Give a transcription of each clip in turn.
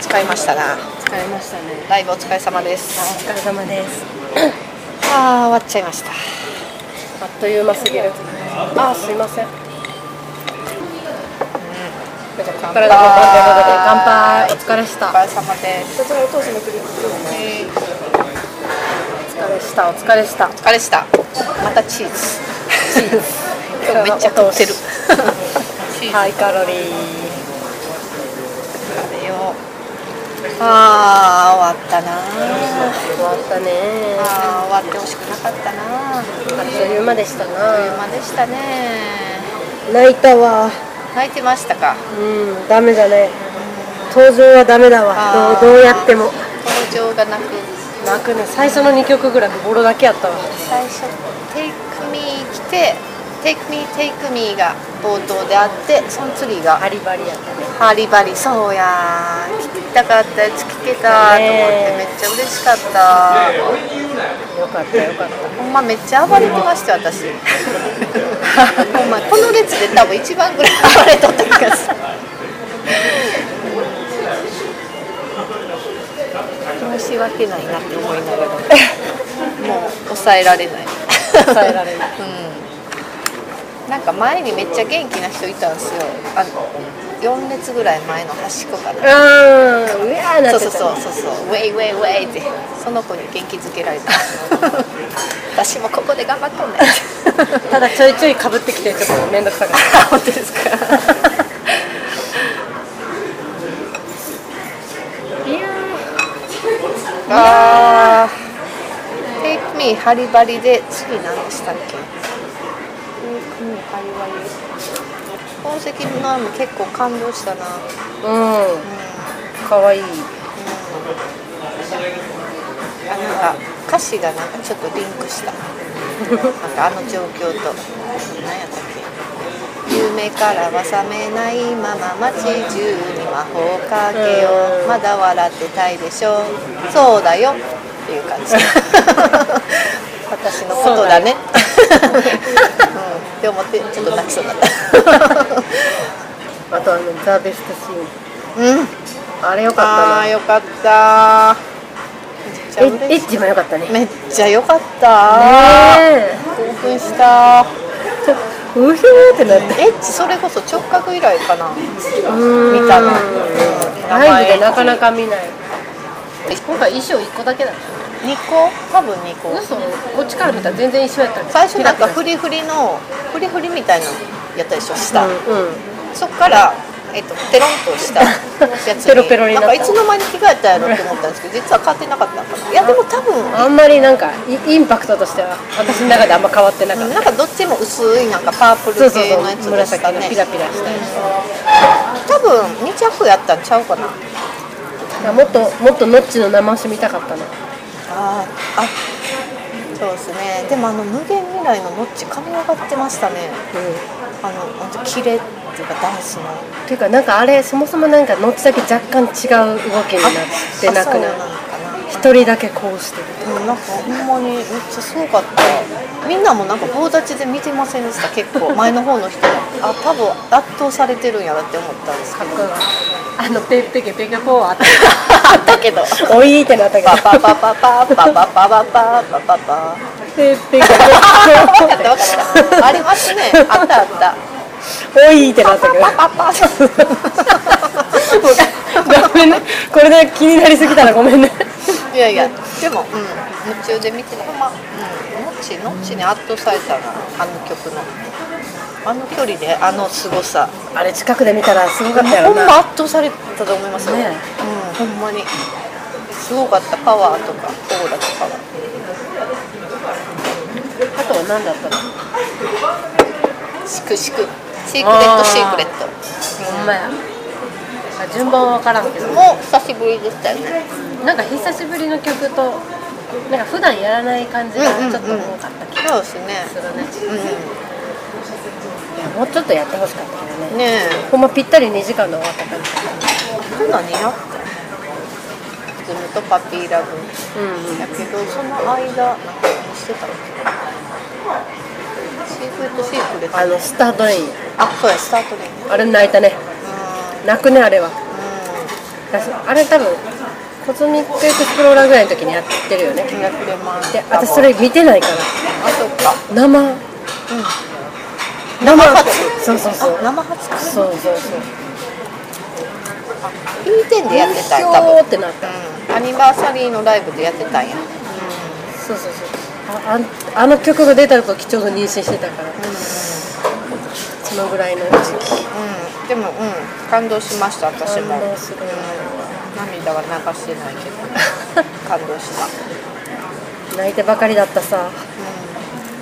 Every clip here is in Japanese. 使いましたな疲れましたねライブお疲れ様ですお疲れ様ですああ終わっちゃいましたあっという間すぎるあーすいませんじゃあ乾乾杯杯乾杯お疲れしたお疲れ様ですこちらお通しのクリお疲れしたお疲れしたお疲れでしたまたチーズ今日めっちゃ食ってるチーズハイカロリー食べようああ終わったな終わったねああ終わってほしくなかったなあっあっという間でしたというな間でしたね泣いたわ泣いてましたかうんダメだね登場はダメだあわーどうどうやっても登場がなく泣くね最初の2曲ぐらいボロだけやったわ最初「Take Me」来て「Take Me Take Me」が冒頭であってその次がハリバリやったね「ハリバリ」そうやー聞きたかったやつ聞けたと思ってめっちゃ嬉しかったよかったよかったほんまめっちゃ暴れてましたよ 私ほんまこの列で多分一番ぐらい暴れとった気がする申し訳ないなって思いながらもう抑えられない抑えられないうん、 なんか前にめっちゃ元気な人いたんですよあの4列ぐらい前の端っこかなうんうわーなそうってそたうそうそうそう ウェイウェイウェイってその子に元気づけら れた私もここで頑張っとんねん ただちょいちょいかぶってきてちょっと面倒くさかっ本当ですかたいやあー Take me ハリバリで次何でしたっけ Take me ハリバリ宝石のナム結構感動したなうんかわいいあなんか歌詞がなんかちょっとリンクしたなんかあの状況と何やったっけ夢からは覚めないまま街中に魔法かけよううんまだ笑ってたいでしょうそうだよっていう感じ私のことだねうんって思ってちょっと泣きそうだったあとあのザ・ベストシーうんンあれよあかーっよかったたなえエッチもよかったねねめっちゃ良かった、え興奮したうひょーってなってエッチそれこそ直角以来かなうん見たのライブでなかなか見ない今回衣装1個だけだ2個多分2個嘘こっちから見たら全然一緒やったね最初なんかピラフリフリのフリフリみたいなのやったでしょピ下、ラうんうんそっからえっとペロンとしたやつにペロペロにななっんたかいつの間に着替えたやろって思ったんですけど実は変わってなかったのかないやでも多分あんまりなんかイインパクトとしては私の中であんま変わってなかったなんかどっちも薄いなんかパープそうルそう系のやそうつでし紫たのねピラピラしたや多分2着やったんちゃうかなつもっともっとノッチの生足見たかったなあーあそうですねでもあの無限未来のノッチ神上がってましたねうあの本当キレっていうかダンスのんていうかなんかあれそもそもなんかノッチだけ若干違う動きになってなくそうなないのかな一人だけこうしてるうんなんかほんまにめっちゃすごかったみんなもなんか棒立ちで見てませんでした結構前の方の人あ多分圧倒されてるんやなって思ったんですけどあのペッペケペケポーあっあったけどおいーってなったけどパパパパパパパパパパパパパペッペケペケやったわかったありますねあったあったポーおいーってなったけどパパごめんねこれで気になりすぎたらごめんねいやいやでも、うん、夢中で見てほんま、うん、ノッチノッチに圧倒されたなあの曲のあの距離であの凄さあれ近くで見たらすごかったやほろんなま圧倒されたと思いますよ、ねうん、ほんまにすごかったパワーとかオーラとかはあとは何だったのシクシクシークレットシークレットほんまや順番は分からんけどもう久しぶりでしたよねなんか久しぶりの曲となんか普段やらない感じがうんうんうんちょっと多かった気そうですねがするね、ういやもうちょっとやってほしかったけどんねねえほんまぴったり2時間で終わった感じこんなん似合ってズムとパピーラブうんだけどその間なんか何してたのシークレットシークレットあのスタートレインあそうやスタートでねあれ泣いたねう泣くねあれはんだからあれ多分コズミックエクスプローラーぐらいの時にやってるよねやってますで私それ見てないからあそっか生、生そうそうそうあ生発かそうそうそういい点でやってたよ多分、うひょーってなったうん、アニバーサリーのライブでやってたんやそうそうそうあああの曲が出た時ちょうど妊娠してたから、そのぐらいの時う期 んでもうん感動しました私も、感動する涙は流してないけど感動した、泣いてばかりだったさ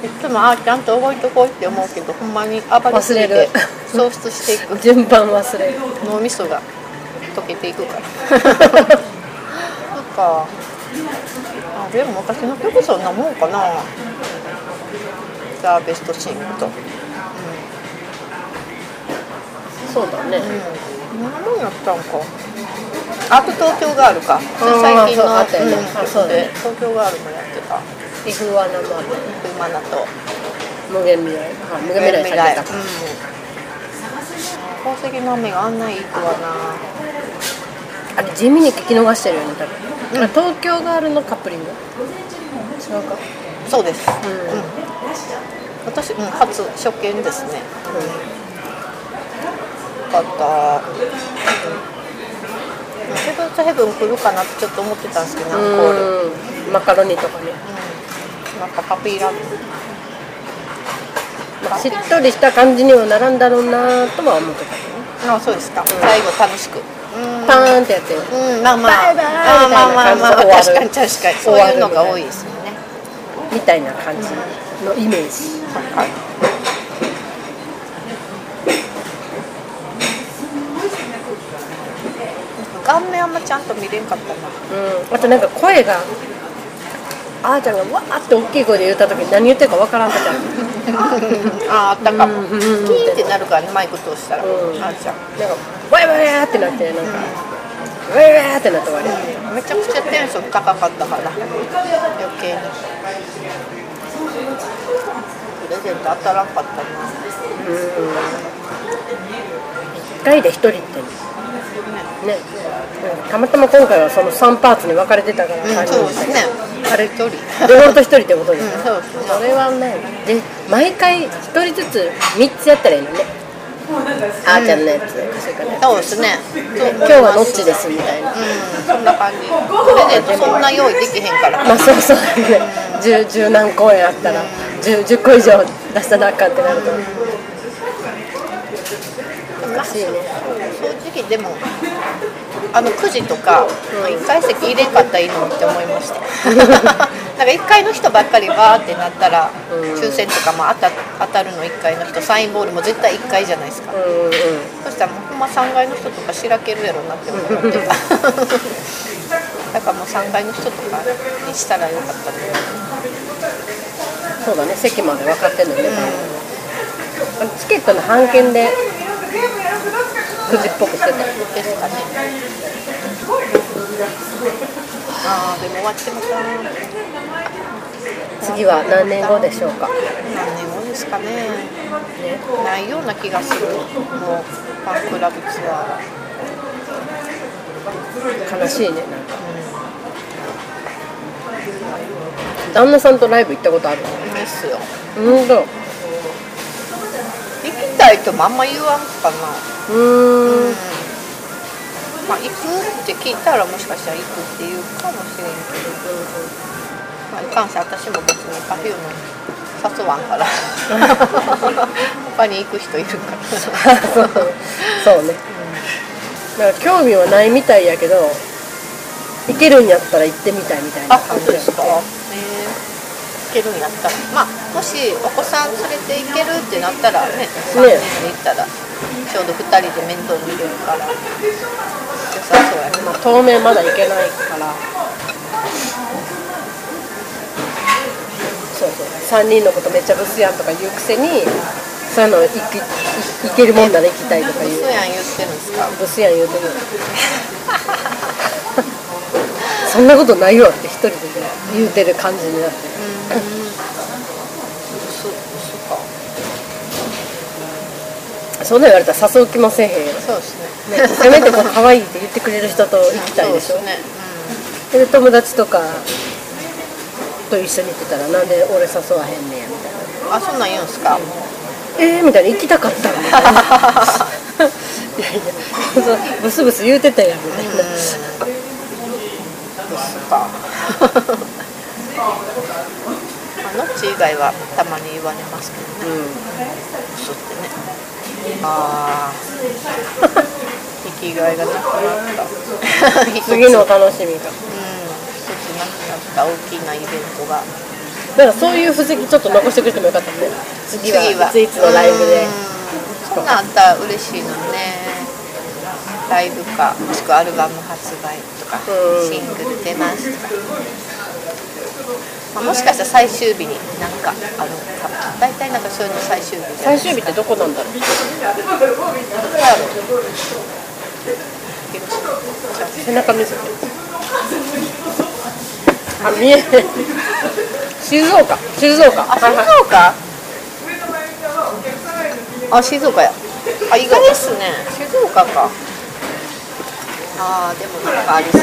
いつもあーちゃんと動いてこいって思うけどほんまに暴れすぎ忘れてる喪失していく順番忘れる脳みそが溶けていくからなんかあでも私の曲そんなもんかな「ザ・ベストシングと」 そうだね、そんなもんやったんかアップ東京ガールかうん最近そうのあったよねあそうだねで東京ガールもやってたイフワナマン馬菜と無限未来あ無限未来されてたうん、宝石の雨があんないい子はなあれ地味に聞き逃してるよね多分、東京ガールのカップリング違うかそうです、うん、私、うん、初初見ですねよかった、うん、ヘブンズヘブン来るかなってちょっと思ってたんですけどアンコール、うん、うんマカロニとかね、なんかパピーラブまあ、しっとりした感じにはならんだろうなとは思ってたけどねあそうですか、最後楽しくうんパーンってやってるうん、まあまあ、バイバイあまあまあまあ、みたいな感じで終わ確かに確るかに、そういうのが多いですよね。みたいな感じのイメージ、顔面あんまちゃんと見れんかったな。うん、あとなんか声があーちゃんがわーって大きい声で言った時に何言ってるかわからんかったなんかああ、あったかも。うんキーンってなるからね、マイク通したら。うんあーちゃん。わいわいってなってなんかわいわいってなって終わりめちゃくちゃテンション高かったから余計にプレゼント当たらんかったな1回で1人ってねなんかたまたま今回はその3パーツに分かれてたからうん3そう人ででねすあれ一人うん両方と1人ってことですねそうですねそれはないで毎回1人ずつ3つやったらいいのねあーちゃんのやつかしかねそうですね今日はどっちですみたいうなんそんな感じプレゼントそんな用意できへんからまあそうそうね十十何公演あったら十十個以上出さなあかんってなると難しいね正直でもあの9時とか1階席入れんかったらいいのにって思いました なんか1階の人ばっかりバーってなったら抽選とかも当た当たるの1階の人サインボールも絶対1階じゃないですかうんうんそしたらもうほんま3階の人とかしらけるやろなって思って ただからもう3階の人とかにしたらよかったと思うそうだね席まで分かってんのね、あのチケットの半券でくじっぽくしてたですかねああでも終わってもた何年次は何年後でしょうか後ですかねないような気がするもうファンクラブツアー悲しいねなんか、旦那さんとライブ行ったことあるですようんと行きたいともあんま言わんかなうーんまあ行くって聞いたらもしかしたら行くっていうかもしれんけどまあ、いかんせん私も別に Perfume 誘わんから他に行く人いるからそうそうね、だから興味はないみたいやけど行けるんやったら行ってみたいみたいなあ感本じ当だでったすかへえ行けるんやったらまあもしお子さん連れて行けるってなったらね3人で行ったらちょうど2人で面倒見れるから良さそうやねまあ、当面まだ行けないからそうそう3人のことめっちゃブスやんとか言うくせにそういうの行き行行けるもんなら行きたいとかブ言スうやん言ってるんですかブスやん言うてるそんなことないよって一人でね言うてる感じになっうーてんそうそうかそんなん言われたら誘う気もせえへんよそうですねね、せめてこう可愛いって言ってくれる人と行きたいでしょそうね、で友達とかと一緒に行ってたらなんで俺誘わへんねやみたいなうん、あそんなん言うんすか、えー、みたいな行きたかったみたいないやいやそうブスブス言うてたやんみたいな、ですか。 あのっち以外はたまに言われますけどね。嘘ってね。ああ。生きがいがなくなった。一つ 次のお楽しうん。みが一つなくなった大きなイベントが。だからそういう布石ちょっと残してくれてもよかったね次はスイーツのライブでうんそんなんあったら嬉しいのね。ライブか、もしくはアルバム発売とか、うんシングル出ますとか。まあ、もしかしたら最終日になんかあるかも。大体なんかそういうの最終日じゃない最終日ってどこなんだろうどこやろう。広島背中見せてあ見えへん静岡静岡あ、静岡あ、静岡やあ、意外ですね静岡かあー、でもなんかありそう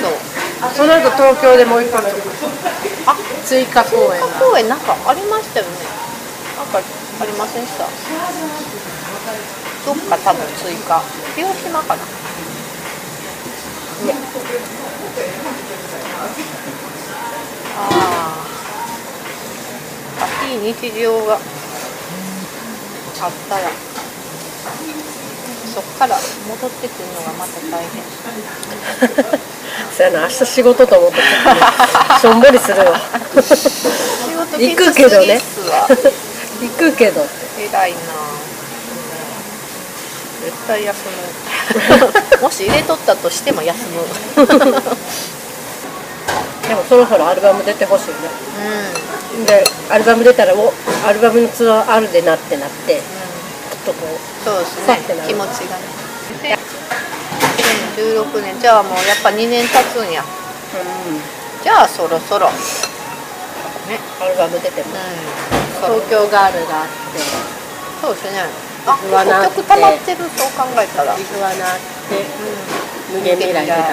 その後東京でもう一個あ追加公演が公園なんかありましたよねなんかありませんでしたどっか多分追加広島かなあーあいい日常があったらそっから戻ってくるのがまた大変 そうやな明日仕事と思ってたしょんぼりするわ仕事行くけどねきつすぎっすわ行くけど偉いな絶対休 むもし入れとったとしても休むうんでもそろそろアルバム出てほしいねでアルバム出たらおアルバムのツアーあるでなってなってちょっとこうそうですさねてなる気持ちがね2016年じゃあもうやっぱ2年経つんやじゃあそろそろねアルバム出てもうんそう東京ガールがあってそうですねあ言わな結くて構曲溜まってるそう考えたらイグアナあって無限未来出たか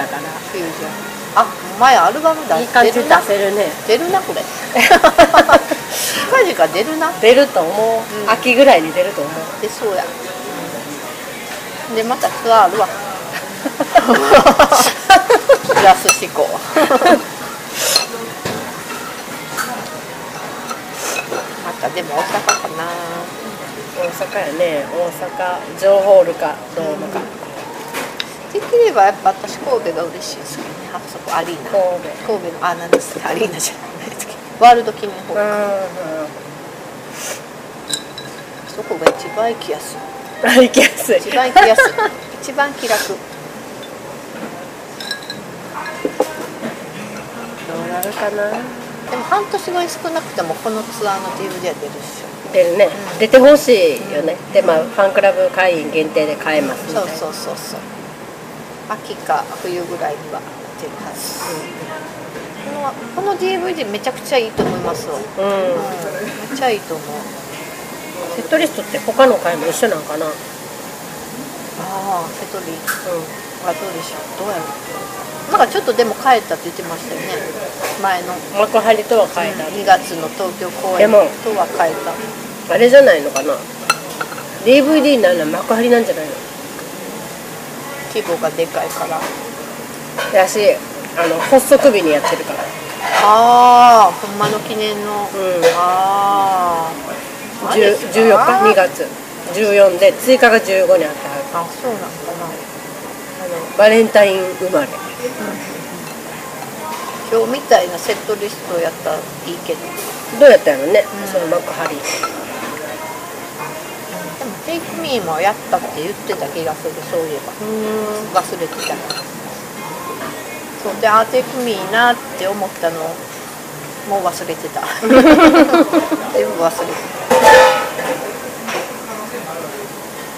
フュージョンあお前アルバム出らいい感じ出るで出なせるね出るなこれ 近々出るな 出ると思う、うん秋ぐらいに出ると思う出そうやでまたツアーあるわプラス思考 またでも大阪かな大阪やね大阪城ホールかドームか、できればやっぱ私神戸が嬉しいですけどねあそこアリーナ神戸神戸のあなんですかアリーナじゃないですけどワールド記念ホールうそこが一番行きやすいん、行きやすい。一番行きやすい一番気楽どうなるかな。でも半年後に少なくてもこのツアーの DVD は出るっしょ出るね、出てほしいよね。で、まあ、ファンクラブ会員限定で買えますみたそいうな。そうそうそう秋か冬ぐらいには出るはず、このこの DVD めちゃくちゃいいと思いますわ、うん、う、めっちゃいいと思うんセットリストって他の会も一緒なんかな。うあん、あ瀬戸利はどうでしょうどうやろうなんかちょっとでも帰ったって言ってましたよね前の幕張とは買えた。 2月の東京公で演ともは帰ったあれじゃないのかな。DVD なら幕張なんじゃないの。規模がでかいからだし、あの発足日にやってるから。ああほんまの記念の、んああ十十四日、二月十四で追加が十五にあったはあず。そうなんかなあのバレンタイン生まれ。今日みたいなセットリストをやったらいいけどどうやったんやろね、うんその幕張。でも「テイクミーもやったって言ってた気がするそういえば忘れてたそうで「あテイクミーな」って思ったのもう忘れてた全部忘れて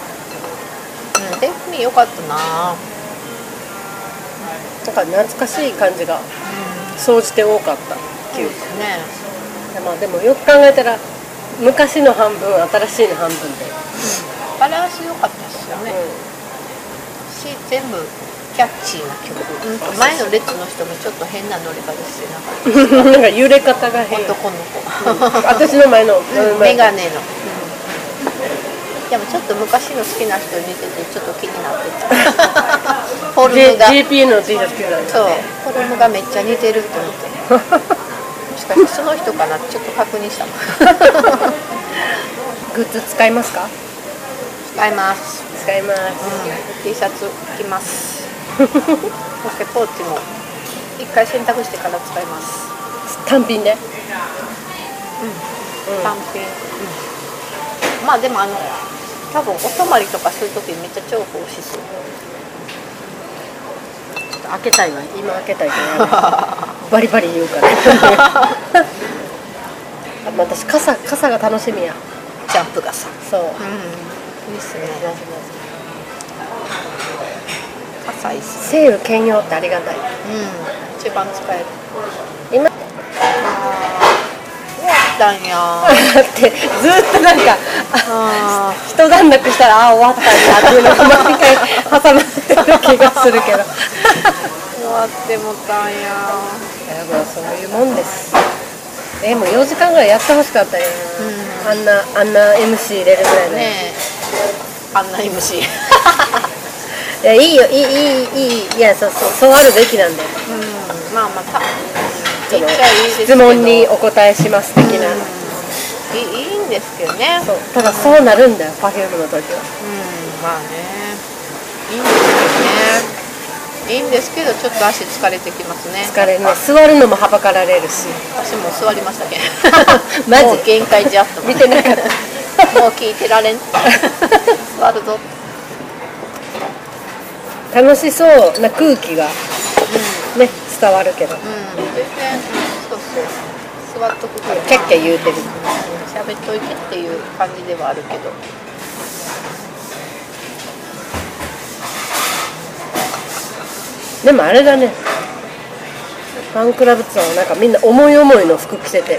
たうん、テイクミーよかったななんか懐かしい感じが総じて多かった、そうですねまあ、でもよく考えたら昔の半分新しいの半分で、バランス良かったですよね、シし全部キャッチーな曲、うん、前の列の人もちょっと変な乗り場ですよなんかなん か揺れ方が変男の子、私の前のうん前メガネの、でもちょっと昔の好きな人見ててちょっと気になってた フォルムが J- JPN の T シャツ着てた んですそうフォルムがめっちゃ似てると思って もしかしてその人かなってちょっと確認したもんグッズ使いますか使います、使いますうん、T シャツ着ます そしてポーチも一回洗濯してから使います単品で単品、まあでもあの多分お泊まりとかするときめっちゃ重宝しそうちょっと開けたいわ今開けたいけ ないバリバリ言うからあ私傘傘が楽しみやジャンプがさそううんいいっすね浅いっすセール兼用 ってありがたいうん一番使える今っ終わったんやてずっとなんかあ一段落したらあ終わったんだっていうのが毎回挟まってる気がするけど いー終わってもたんややもうそういうもんですえもう4時間ぐらいやってほしかったよ、あんなあんな MC 入れるぐらいの、ね、ねえあんな MC いやいいよいいいいいいいやそうそうそうあるべきなんだようんまあまあたそ言のっちゃいいですけど質問にお答えします的な、いいいんですけどねそうただそうなるんだよ Perfume の時はうんまあねいいんですけどねいいんですけどちょっと足疲れてきますね疲れるね座るのもはばかられ るし足もう座りましたねマジもう限界じゃっと見てなかっ もう聞いてら れん座るぞた楽しそうな空気がね伝わるけどうん全然そうそう座っとくからキャッキャ言うてる喋っといてっていう感じではあるけどでもあれだねファンクラブツアーはなんかみんな思い思いの服着せて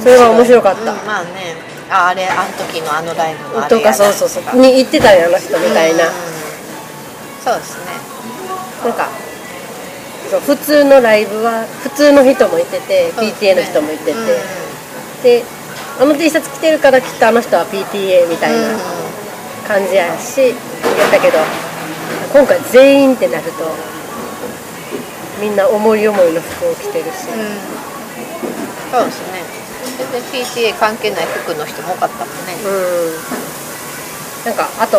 それは面白かった、うんまあねああれあの時のあのライブのあれとやかなそうそうそとかうに行ってたよあの人みたいな、うんそうですねなんかそう普通のライブは普通の人もいててそうですね PTA の人もいてて、うんであの T シャツ着てるからきっとあの人は PTA みたいうなん感じやし、やったけど今回全員ってなるとみんな思い思いの服を着てるし、うんそうですね全然 PTA 関係ない服の人も多かったもんねうんなんかあと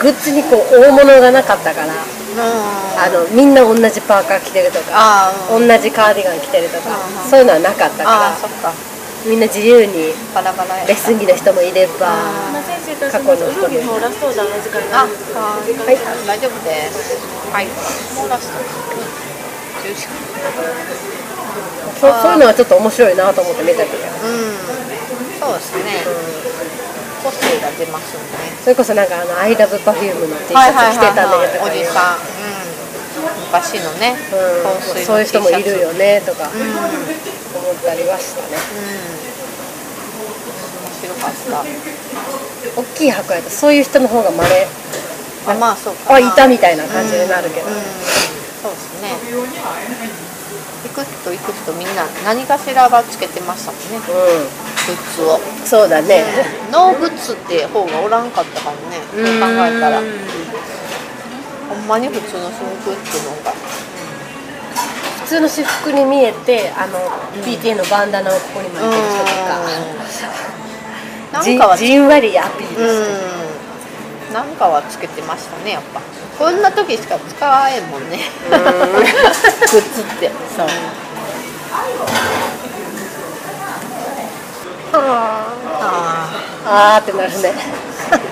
グッズにこう大物がなかったからああのみんな同じパーカー着てるとかあー、同うん、じカーディガン着てるとかうんうんそういうのはなかったからあーそっかみんな自由にバラバラやレッスン着の人もいればあ先生からお料理もラストオーダーの時間にーなあはるんですけどーはい大丈夫ですはいもうラスト10時そそういうのはちょっと面白いなと思って見たうんけどそうですね個性が出ますよねそれこそなんかあの「ILOVEPERFUME」の T シャツ着てたんだけどおじさん、うん、昔のね、う香ん水のそういう人もいる T シャツよねとかうん、面思ったりはしたね白かった大きい箱やとそういう人の方がまれあまあそうかあいたみたいな感じになるけどうんうんそうですね行く人行く人みんな何かしらがつけてましたもんねうグッズをんそうだねノーグッズって方がおらんかったかもねそう考えたらうんほんまに普通のスニークっていうのが普通の私服に見えてあの PTA のバンダナをここに巻いてる人とかなんじかはじんわりアピールしてうんなんかはつけてましたねやっぱこんな時しか使えんもんねグッズってそうああーってなるねー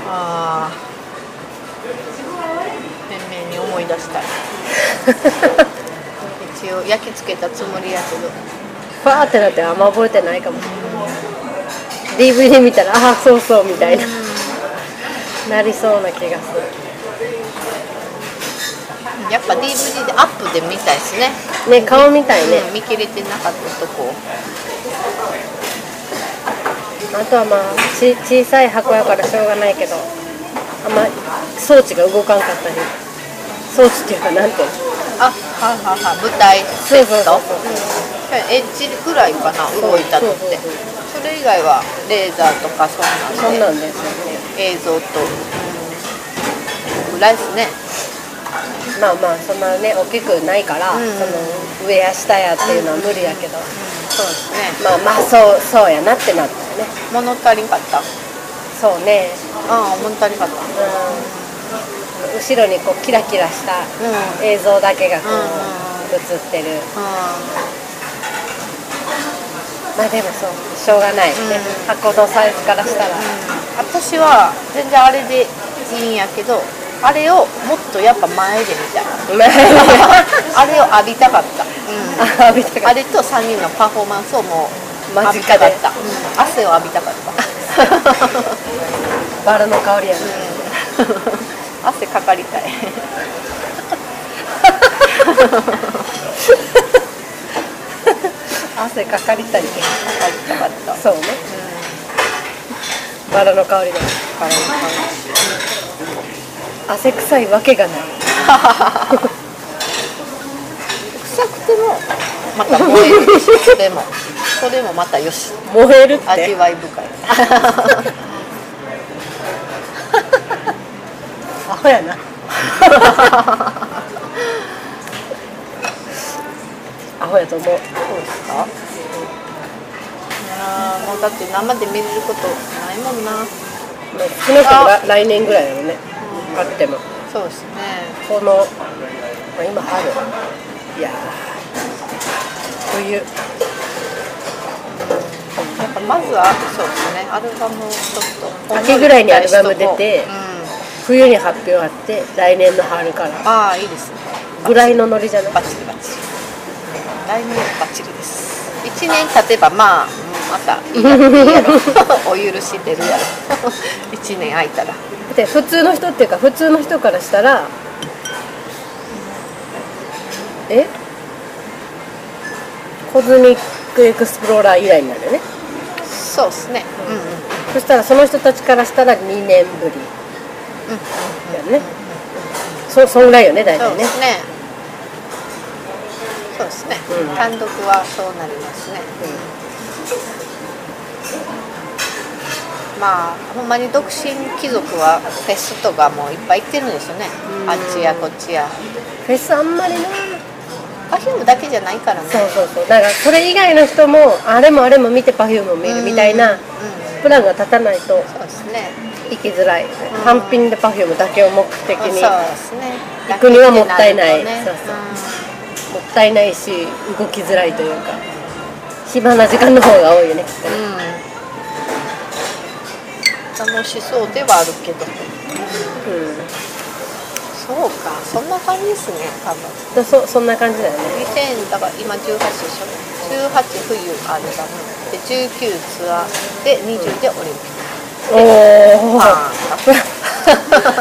あー鮮明に思い出したい 一応焼き付けたつもりやけどファーってなってあんま覚えてないかも DVD 見たらああそうそうみたいななりそうな気がすやっぱ DVD でアップで見たいですねるね顔みたいねうん見切れてなかったとこあとはまあち小さい箱やからしょうがないけどあんま装置が動かんかったり装置っていうかなんていうのあはいはいはい舞台セそうッそうそうトそうエッジぐらいかな動いたのっそうそうてそれ以外はレーザーとかそんそうそなんんなでんですよね映像とうんぐらいですねまあまあそんなね大きくないから、うんその上や下やっていうのは無理やけど、そうですねまあまあそうそうやなってなったよね物足りんかったそうね、ああ物足りんかったうん、後ろにこうキラキラしたうん映像だけがこううん映ってるうまあでもそうしょうがないね、うん箱のサイズからしたら、ん私は全然あれでいいんやけどあれをもっとやっぱ前で見 たいあれを浴びたかった、うん あ見たかあっれと3人のパフォーマンスをもう間浴び近たでかった、うん汗を浴びたかったたバラの香りやね、 汗かかりたい汗かかりたりかかりたかったそうね、バラの香りかでら汗臭いわけがない 臭くてもまた燃えるし それもそれもまたよし燃えるって味わい深いアホやな アホやと思うそうですかいやーもうだって生で見れることないもんなまあ少なくともら来年ぐらいだろうねあってもそうですねこの、まあ、今春いやー冬やっぱまずはそうですねアルバムをちょっと秋ぐらいにアルバム出てうん、冬に発表あって来年の春からああいいですねぐらいのノリじゃないバッチリバッチリ来年バッチリです1年経てばまあうんまたいいやろいいやろお許し出るやろ1年空いたらで普通の人っていうか普通の人からしたらえコズミックエクスプローラー以来になるよねそうっすねうんうんそしたらその人たちからしたら2年ぶりだよねそそんぐらいよね大そう体でねすねそうですね、うん単独はそうなりますね、まあほんまに独身貴族はフェスとかもいっぱい行ってるんですよね、あっちやこっちやフェスあんまりなパフュームだけじゃないからねそうそうそうだからそれ以外の人もあれもあれも見て Perfume を見るみたいなうんプランが立たないとそうですね行きづらい単品で Perfume だけを目的そうでにすね行くにはもったいないだけってるとねもったいないし動きづらいというか暇な時間の方が多いよねきっとねうん楽しそうではあるけどうそうかそんな感じですね多分んそそんな感じだよね2000だから今18でしょ18冬アルバムで19ツアーで20でオリンピックおおパー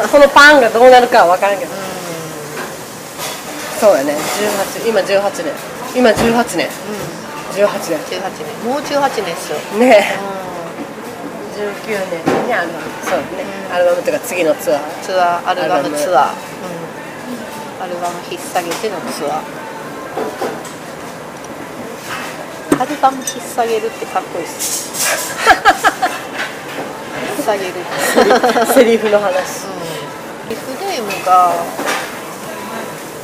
ン このパンがどうなるかは分からんけどそうやね18今18年今18年18 18年もう18年ですよ年ねえ19年にアルバムそうねアルバムとか次のツアーツアーアルバムツアーうんアルバム引っ提げてのツアーアルバム引っ提げるってかっこいいっすね 引っ提げるってセリフの話リフレームが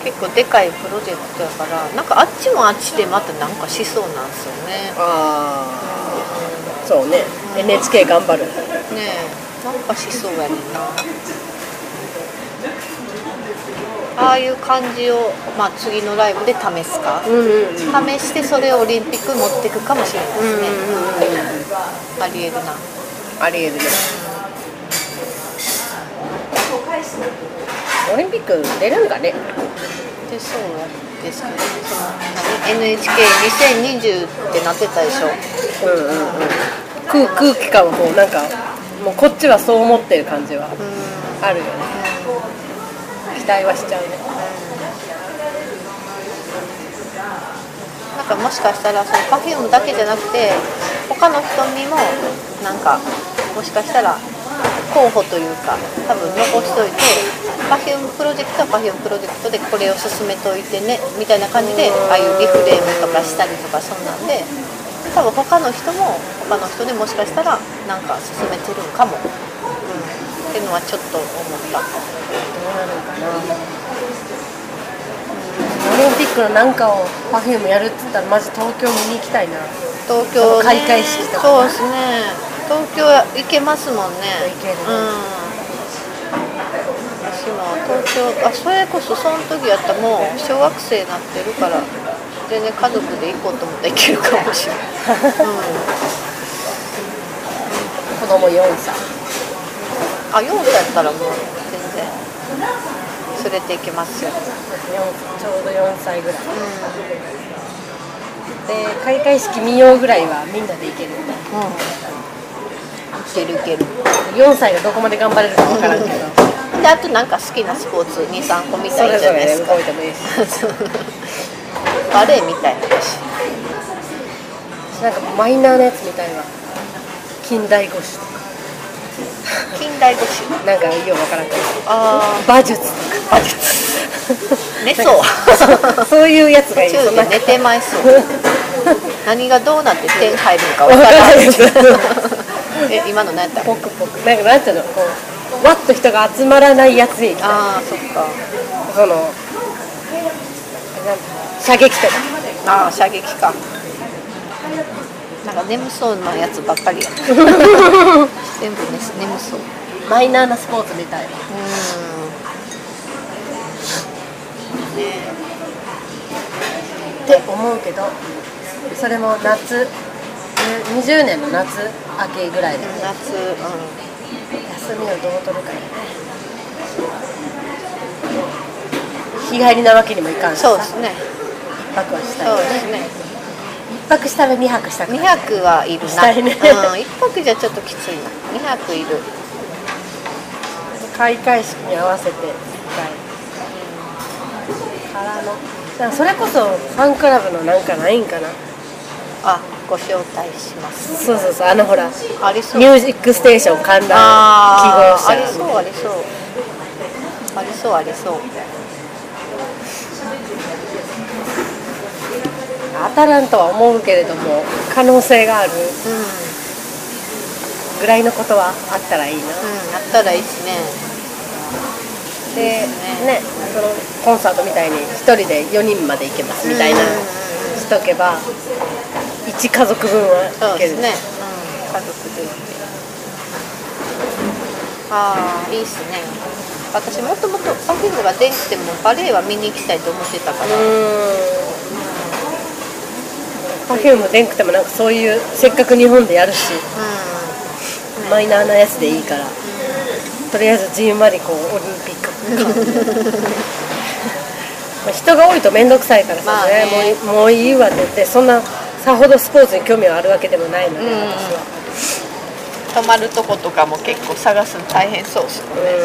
結構でかいプロジェクトやからなんかあっちもあっちでまたなんかしそうなんですよねああそうね NHK 頑張るねえなんかしそうやねんなああいう感じを、まあ、次のライブで試すか、うんうんうん試してそれをオリンピックに持っていくかもしれないですね、ありえるなありえるねオリンピック出るんかねでそうですけどその何 NHK2020 ってなってたでしょうんうんうん空空気感はこうなんかもうこっちはそう思ってる感じはあるよね期待はしちゃうねなんかもしかしたらその Perfume だけじゃなくて他の人にもなんかもしかしたら候補というか多分残しといて Perfume プロジェクトは Perfume プロジェクトでこれを進めといてねみたいな感じでああいうリフレームとかしたりとかそんなんで多分他の人も他の人でもしかしたらなんか進めてるんかも、うん、っていうのはちょっと思った。オリンピックのなんかを Perfume やるって言ったらマジ東京見に行きたいな東京、ね、開会式とかそうですね東京行けますもんね行けるうん私も東京あそれこそその時やったらもう小学生になってるから全然家族で行こうと思ったら行けるかもしれない、 子供4歳うん、あ4歳やったらもう全然連れて行けますよ、四ちょうど4歳ぐらいで開会式見ようぐらいはみんなで行けるんだうん、いけるいける4歳がどこまで頑張れるか分からんけどであとなんか好きなスポーツ23個見そたいれじゃぞないでれすか動いてもいいし バレエみたいなしなんかマイナーなやつみたいな近代五種とか近代五種なんかよう分からんけどあ馬術とか馬術 寝そうそうそういうやつがいい途そ中んでな寝てまい そう何がどうなって点入るのか分分かかららなないいけどえ今の何やったポクポクなんかなんていうのこうわっと人が集まらないやつにああそっかそのなんか射撃とかああ射撃かなんか眠そうなやつばっかり や全部、ね、眠そうマイナーなスポーツみたいなうんねって思うけどそれも夏20年の夏明けぐらいで夏、うん、休みをどう取るかやね日帰りなわけにもいかんしさそうですね一泊はしたそういですね一泊したら二泊したく2なる0はいるなしたいうん、ね1泊じゃちょっときついな200いる開会式に合わせて一回からのだからそれこそファンクラブのなんかないんかなあご招待しますそうそうそうあのほらありそうミュージックステーション観覧記あ号ーありそ車うありそうありそうありそう当たらんとは思うけれども可能性があるうん、うん、ぐらいのことはあったらいいなあったらいいですねでねそのコンサートみたいに1人で4人まで行けますみたいなうんうんうんしとけば1家族分そはういけでるすね、うん、家族で行ってああいいっすね私もともと Perfume が出んくてもバレエは見に行きたいと思ってたから、うーん Perfume でんくてもなんかそういうせっかく日本でやるしうマイナーなやつでいいからとりあえずじんわりこうオリンピック 感まあ人が多いと面倒くさいからさ、まあねもうもういいわって言ってそんなさほどスポーツに興味はあるわけでもないのうで、ん私は。ん、泊まるとことかも結構探すの大変そうっすようねーん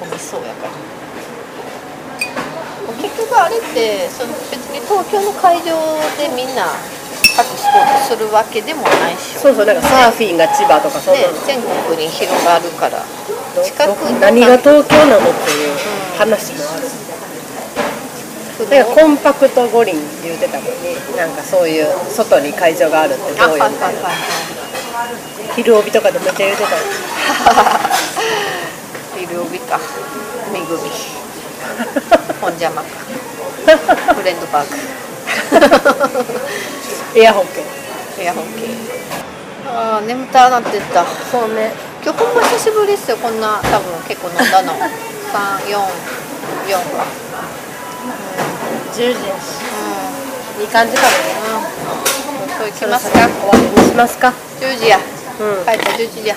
混みそうやから結局あれってその別に東京の会場でみんな各スポーツするわけでもないっしょそうそう、なんかサーフィンが千葉とか、そんねなの、全国に広がるからど近くどに何が東京なのっていう話もある。なんかコンパクト五輪って言ってたのに、なんかそういう外に会場があるってあどはいはいうはうい いは昼帯とかでめっちゃ言ってたの。 いビル帯かめぐみ 本邪魔かフレンドパーク エアホッケー。エアホッケーああ眠たなってったそうね。今日ほんま久しぶりですよこんな多分結構飲んだの344は十時やし。いい感じかもね。うんうんそう行き来まますすかか。終わりにしますか。 10時やうん。帰った10時や